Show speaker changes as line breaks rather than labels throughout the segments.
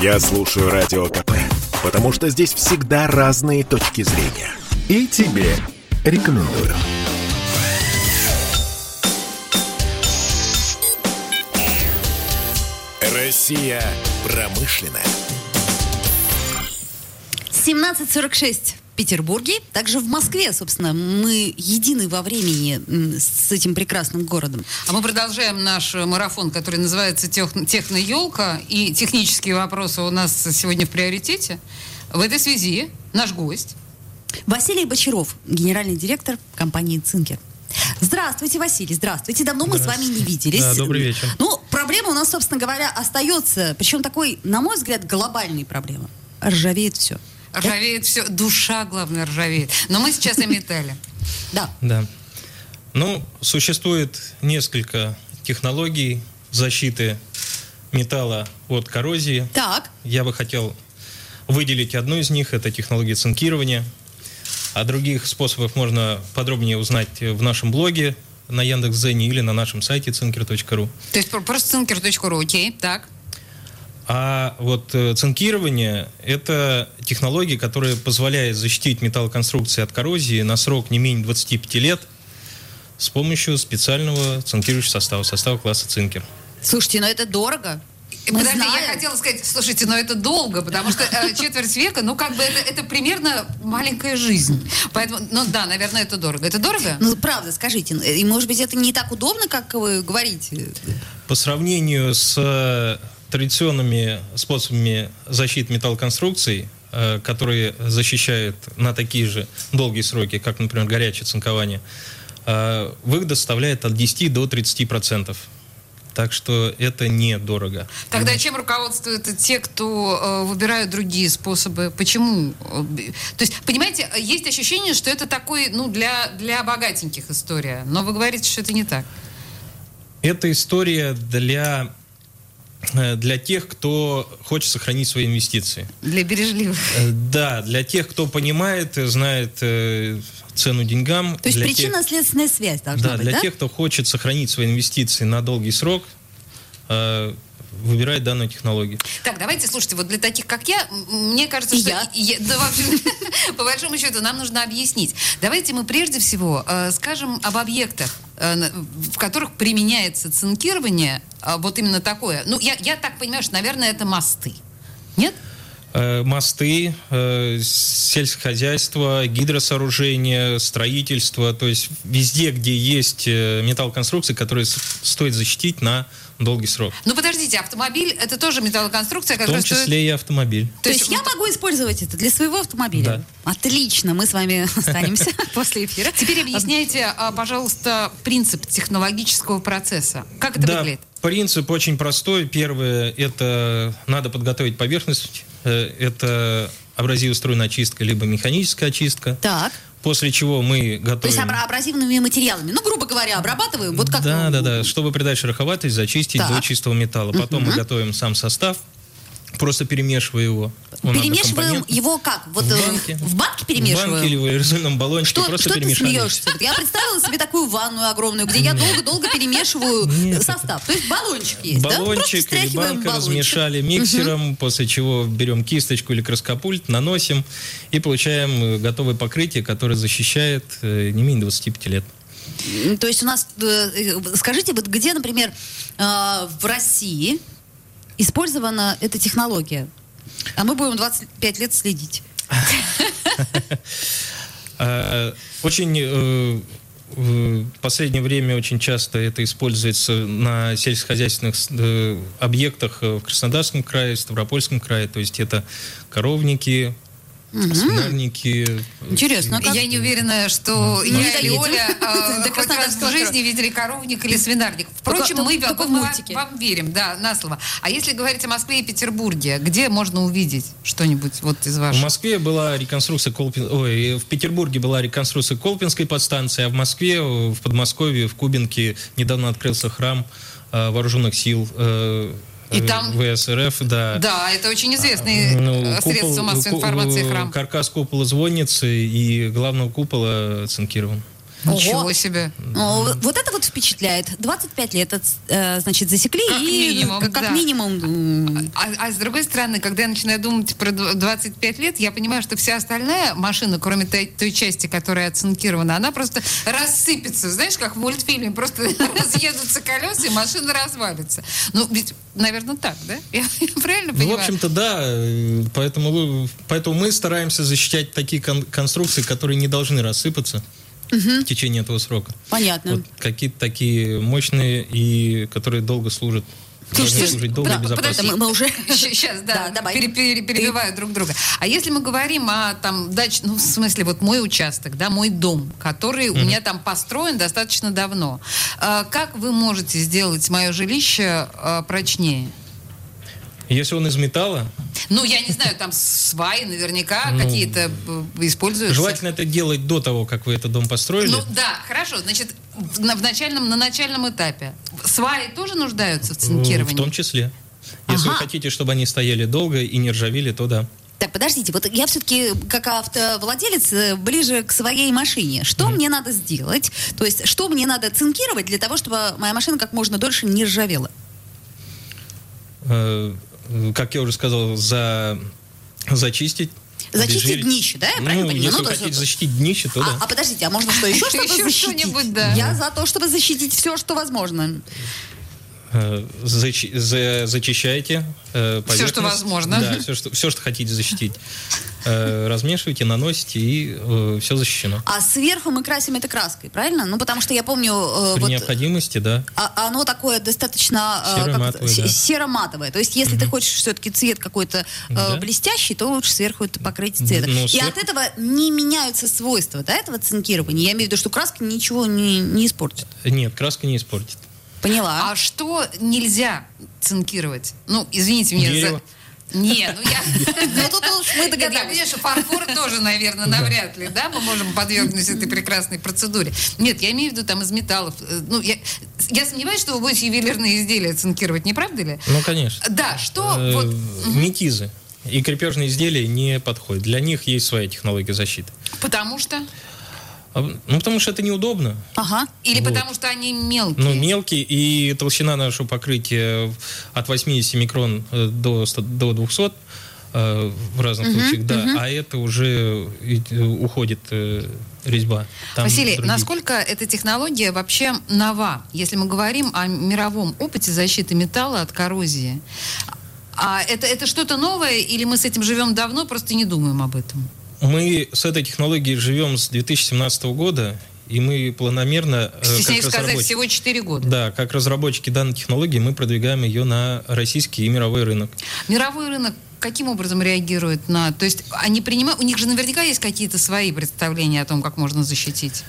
Я слушаю Радио КП, потому что здесь всегда разные точки зрения. И тебе рекомендую. Россия промышленная.
17.46 в Петербурге, также в Москве, собственно, мы едины во времени м, с этим прекрасным городом.
А мы продолжаем наш э, марафон, который называется «Тех- «Техно-елка». И технические вопросы у нас сегодня в приоритете. В этой связи наш гость.
Василий Бочаров, генеральный директор компании «Цинкер». Здравствуйте, Василий, здравствуйте. Давно мы с вами не виделись.
Да, добрый вечер.
Ну, проблема у нас, собственно говоря, остается. Причем такой, на мой взгляд, глобальной проблемы. Ржавеет все.
Ржавеет все, душа, главное, ржавеет. Но мы сейчас о металле.
Да.
Да. Ну, существует несколько технологий защиты металла от коррозии.
Так,
Я бы хотел выделить одну из них, это технология цинкирования. О других способах можно подробнее узнать в нашем блоге на Яндекс.Зене или на нашем сайте cinker.ru.
То есть про- просто цинкер.ру, окей, так.
А вот э, цинкирование – это технология, которая позволяет защитить металлоконструкции от коррозии на срок не менее 25 лет с помощью специального цинкирующего состава, состава класса цинкер.
слушайте, но это дорого. Мы
Подожди,
знаем.
я хотела сказать, слушайте, но это долго, потому что э, четверть века, ну как бы это, это примерно маленькая жизнь. Поэтому, ну да, наверное, это дорого. Это дорого?
Ну, правда, скажите. ну, И, может быть, это не так удобно, как вы говорите?
По сравнению с э, традиционными способами защиты металлоконструкций, э, которые защищают на такие же долгие сроки, как, например, горячее цинкование, э, выход доставляет от 10 до 30%. Так что это недорого.
Тогда чем руководствуются те, кто э, выбирают другие способы? Почему? э, б- То есть, понимаете, э, есть ощущение, что это такой, ну, для, для богатеньких история. Но вы говорите, что это не так.
Это история для, э, для тех, кто хочет сохранить свои инвестиции.
Для бережливых.
Э, Да, для тех, кто понимает, э, знает э, цену деньгам.
То есть
для тех-
причинно-следственная связь должна
да,
быть,
для
да?
тех, кто хочет сохранить свои инвестиции на долгий срок, э, выбирает данную технологию.
Так, давайте, слушайте, вот для таких, как я, м, мне кажется,
И
что...
я.
и да, в общем, по большому счету, нам нужно объяснить. Давайте мы прежде всего э, скажем об объектах, э, на- в которых применяется цинкирование, а, вот именно такое. Ну, я, я так понимаю, что, наверное, это мосты. Нет?
Э, Мосты, э, сельскохозяйство, гидросооружение, строительство, то есть везде, где есть э, металлоконструкции, которые с- стоит защитить на долгий срок.
Ну, подождите, автомобиль — это тоже металлоконструкция,
В
которая
том
стоит...
числе и автомобиль.
То, есть, я могу использовать это для своего автомобиля? Отлично, мы с вами останемся после эфира.
Теперь объясняйте, а, пожалуйста, принцип технологического процесса. Как это
Да,
выглядит?
принцип очень простой. Первое – это надо подготовить поверхность. Э, Это абразивоструйная очистка, либо механическая очистка.
Так.
После чего мы готовим...
То есть абра- абразивными материалами. Ну, грубо говоря, обрабатываем. Вот как
да,
ну,
да, да. Чтобы придать шероховатость, зачистить
Так.
до чистого металла. Потом мы готовим сам состав, просто перемешивая его. Он
Перемешиваем
однокомпонентный.
его как? Вот
В
э,
банке.
в банке
В банке или
перемешиваем?
в аэрозольном баллончике
Что,
просто
что ты
перемешали.
смеешься? Вот Я представила себе такую ванную огромную, где я долго-долго перемешиваю э, состав. То есть баллончик есть, да? Просто
Баллончик или
встряхиваем
банка
баллончик.
размешали миксером, после чего берем кисточку или краскопульт, наносим и получаем э, готовое покрытие, которое защищает э, не менее 25 лет.
М, То есть у нас, э, э, скажите, вот где, например, э, в России использована эта технология? А мы будем 25 лет следить.
А, Очень э, в последнее время очень часто это используется на сельскохозяйственных с- э, объектах э, в Краснодарском крае, Ставропольском крае. То есть это коровники, свинарники.
Интересно, как?
Ну, Я не уверена,
Ну,
что я
Не
и
доедем.
Оля а,
До
хоть раз
Краснодарского
в жизни видели коровник или свинарник. Впрочем,
Только-
мы
только
вам,
в мультике.
вам верим, да, на слово. А если говорить о Москве и Петербурге, где можно увидеть что-нибудь вот из
В
ваших?
Москве была реконструкция Колпин... Ой, в Петербурге была реконструкция Колпинской подстанции, а в Москве, э, в Подмосковье, в Кубинке недавно открылся храм э, вооруженных сил э,
И
э,
там-
ВСРФ, да.
Да, это очень известные
Ну,
э,
купол-
средства массовой
ку-
информации
э,
храм.
Каркас купола звонницы и главного купола цинкирован.
Ничего
Ого.
себе.
О, Ну, вот это вот впечатляет. 25 лет, это, э, значит, засекли
Как
и
минимум,
как, как
да.
минимум. м,
А, а с другой стороны, когда я начинаю думать про дв- 25 лет, я понимаю, что вся остальная машина, кроме той, той части, которая оцинкирована, она просто рассыпется. Знаешь, как в мультфильме, просто разъедутся колеса, и машина развалится. Ну, ведь, наверное, так, да? Я правильно
Ну, в
понимаю?
общем-то, да. э, Поэтому, вы- поэтому мы стараемся защищать такие кон- конструкции, которые не должны рассыпаться в течение этого срока.
Понятно.
Вот какие-то такие мощные и которые долго служат.
Слушай,
должны
слушай,
служить долго и
да,
безопасно.
подожди, мы, мы уже...
Сейчас, да,
Да, давай.
пере- пере- перебиваю друг друга. А если мы говорим о там дач, ну в смысле вот мой участок, да, мой дом, который у меня там построен достаточно давно, Э, как вы можете сделать мое жилище э, прочнее?
Если он из металла,
Ну я не знаю, там сваи наверняка
Ну,
какие-то э, используются.
желательно это делать до того, как вы этот дом построили.
Ну да, хорошо. Значит, в- на, в начальном на начальном этапе сваи тоже нуждаются в
Э,
цинкировании.
в том числе. Если вы
Ага.
хотите, чтобы они стояли долго и не ржавели, то да.
Так, подождите, вот я все-таки как автовладелец э, ближе к своей машине. Что мне надо сделать? То есть, что мне надо цинкировать для того, чтобы моя машина как можно дольше не ржавела?
Э, э, Как я уже сказал, за... зачистить.
Зачистить
обезжирить.
днище, да, я правильно
ну,
понимаю?
Если
Ну,
вы
то есть
хотите
вот-
защитить днище, то
А,
да.
а подождите, а можно что, еще что-то
Ну Ещё
защитить?
что-нибудь, да.
Я за то, чтобы защитить все, что возможно.
Э, зачи- за- зачищайте э,
Всё, что
поверхность.
возможно.
Да, все, что, все, что хотите защитить. Э, Размешивайте, наносите, и все
Ну
защищено.
А сверху мы красим это краской, правильно? Ну, потому что я помню... э,
При
вот,
необходимости, да.
а- оно такое достаточно э, как это,
Серо-матовое,
се-
да.
серо-матовое. То есть, если ты хочешь все-таки цвет какой-то э,
Да.
блестящий, то лучше сверху это покрыть цветом.
Ну,
И
сверху-
от этого не меняются свойства, да, этого цинкирования. Я имею в виду, что краска ничего не, не испортит.
Нет, краска не испортит.
Поняла?
А что нельзя цинкировать? Ну, извините меня
Дерево.
за... Не, ну я...
Ну, тут уж мы
Нет, я
догадались.
понимаю, что фарфор тоже, наверное, навряд ли, да, мы можем подвергнуть этой прекрасной процедуре. Нет, я имею в виду там из металлов. Э, Ну, я, я сомневаюсь, что вы будете ювелирные изделия цинкировать, не правда ли?
Ну, конечно.
Да, что
Э,
ну вот...
Метизы и крепежные изделия не подходят. Для них есть своя технология защиты.
Потому что?
А, Ну, потому что это неудобно.
Ага.
Или
Вот.
потому что они мелкие?
Ну, мелкие, и толщина нашего покрытия от 80 микрон э, до, 100 до 200 э, в разных случаях, да. А это уже и- э, уходит э, резьба. Там
Василий,
другие.
насколько эта технология вообще нова, если мы говорим о мировом опыте защиты металла от коррозии? А это, это что-то новое, или мы с этим живем давно, просто не думаем об этом?
Мы с этой технологией живем с 2017 года, и мы планомерно... э,
Стесняюсь
как
сказать,
разработчики-
всего 4 года.
Да, как разработчики данной технологии мы продвигаем ее на российский и мировой рынок.
Мировой рынок каким образом реагирует на... То есть они принимают... У них же наверняка есть какие-то свои представления о том, как можно защитить.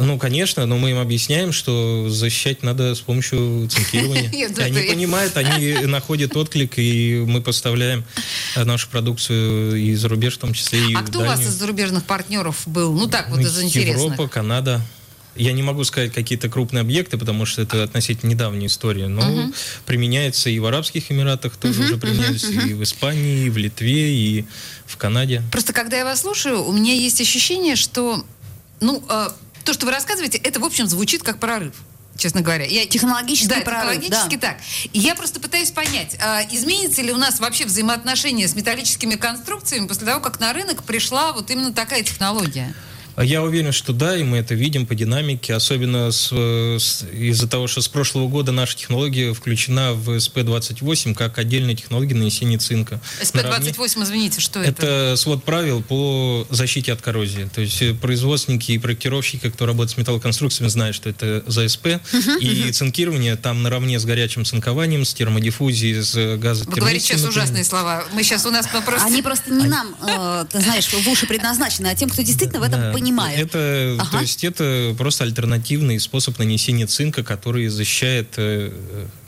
Ну, конечно, но мы им объясняем, что защищать надо с помощью цинкирования.
Нет,
И они
это я-
понимают, они находят отклик, и мы поставляем э, нашу продукцию и за рубеж, в том числе и
а
в
кто у вас
Данию.
из зарубежных партнеров был? Ну так вот,
Ну,
из интересных.
Европа, Канада. Я не могу сказать какие-то крупные объекты, потому что это относительно недавняя история, но применяется и в Арабских Эмиратах, тоже уже применялись, и в Испании, и в Литве, и в Канаде.
Просто когда я вас слушаю, у меня есть ощущение, что... Ну, э, то, что вы рассказываете, это, в общем, звучит как прорыв. Честно говоря, я
Технологический
да,
прорыв,
технологически так. И я просто пытаюсь понять, а, изменится ли у нас вообще взаимоотношения с металлическими конструкциями после того, как на рынок пришла вот именно такая технология?
А Я уверен, что да, и мы это видим по динамике, особенно с, э, с- из-за того, что с прошлого года наша технология включена в СП-28 как отдельная технология нанесения цинка. Наравне-
СП-28, извините, что это?
Это свод правил по защите от коррозии. То есть э, производственники и проектировщики, кто работает с металлоконструкциями, знают, что это за СП. И цинкирование там наравне с горячим цинкованием, с термодиффузией, с э, газом.
Вы говорите сейчас ужасные слова. Мы сейчас у нас вопрос...
Они просто не нам, э, ты знаешь, в уши предназначены, а тем, кто действительно в
Да.
этом понимает.
Это,
Ага.
то есть это просто альтернативный способ нанесения цинка, который защищает э,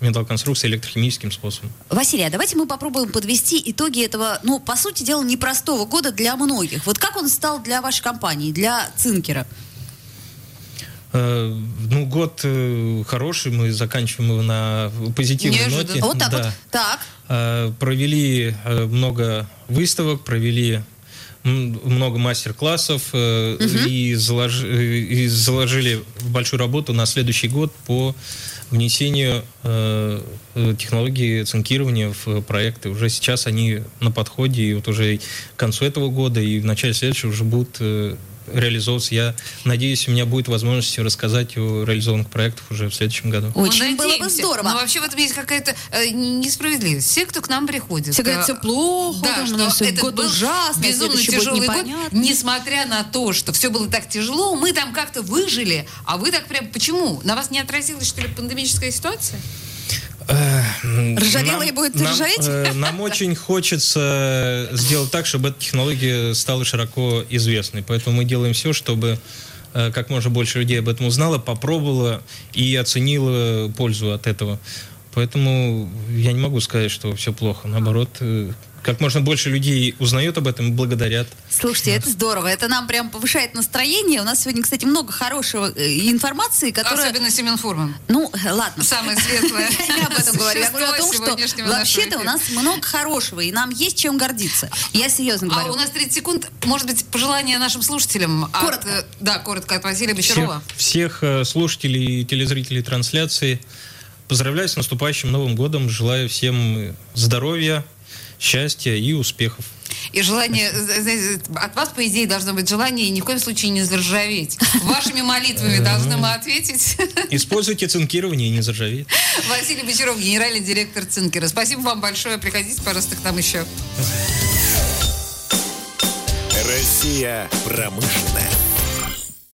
металлоконструкции электрохимическим способом.
Василий, а давайте мы попробуем подвести итоги этого, ну, по сути дела, непростого года для многих. Вот как он стал для вашей компании, для Цинкера?
Э, ну, год э, хороший, мы заканчиваем его на позитивной
ну,
Неожиданно.
ноте.
Вот так
Да.
вот. Так.
Э, Провели э, много выставок, провели м- много мастер-классов э, и, залож- э, и заложили большую работу на следующий год по внесению э, э, технологии цинкирования в э, проекты. Уже сейчас они на подходе, и вот уже и к концу этого года и в начале следующего уже будут э, реализовываться. Я надеюсь, у меня будет возможность рассказать о реализованных проектах уже в следующем году.
Ну,
Очень было бы
надеемся.
здорово.
Но вообще в этом есть какая-то э, несправедливость. Все, кто к нам приходит...
Все говорят,
э,
«Всё плохо, там у нас
этот
год
был
ужасный, а
безумно
следующий год
тяжелый год,
непонятный.
несмотря на то, что все было так тяжело, мы там как-то выжили, а вы так прям... Почему? На вас не отразилась, что ли, пандемическая ситуация?
Ржавелые
Ржавелые будет ржаветь?
Э, Нам очень хочется сделать так, чтобы эта технология стала широко известной. Поэтому мы делаем все, чтобы э, как можно больше людей об этом узнало, попробовало и оценило пользу от этого. Поэтому я не могу сказать, что все плохо. Наоборот, э, как можно больше людей узнают об этом и благодарят.
Слушайте, это здорово. Это нам прям повышает настроение. У нас сегодня, кстати, много хорошего э, информации, которая...
Особенно Семен Фурман.
Ну, э, ладно.
Самое светлое.
Я не об этом говорю. Я говорю о том, что
существо сегодняшнего нашего
вообще-то у
эфира.
нас много хорошего, и нам есть чем гордиться. Я серьезно
А
говорю.
у нас 30 секунд. Может быть, пожелания нашим слушателям? от,
Коротко.
э, да, коротко от Василия Бочарова.
Всех, всех, э, слушателей и телезрителей трансляции поздравляю с наступающим Новым годом. Желаю всем э, здоровья, счастья и успехов.
И желание, э, знаете, от вас, по идее, должно быть желание и ни в коем случае не заржаветь. Вашими молитвами должны мы ответить.
Используйте цинкирование и не заржавеет.
Василий Бочаров, генеральный директор Цинкера. Спасибо вам большое. Приходите, пожалуйста, к нам еще.
Россия промышленная.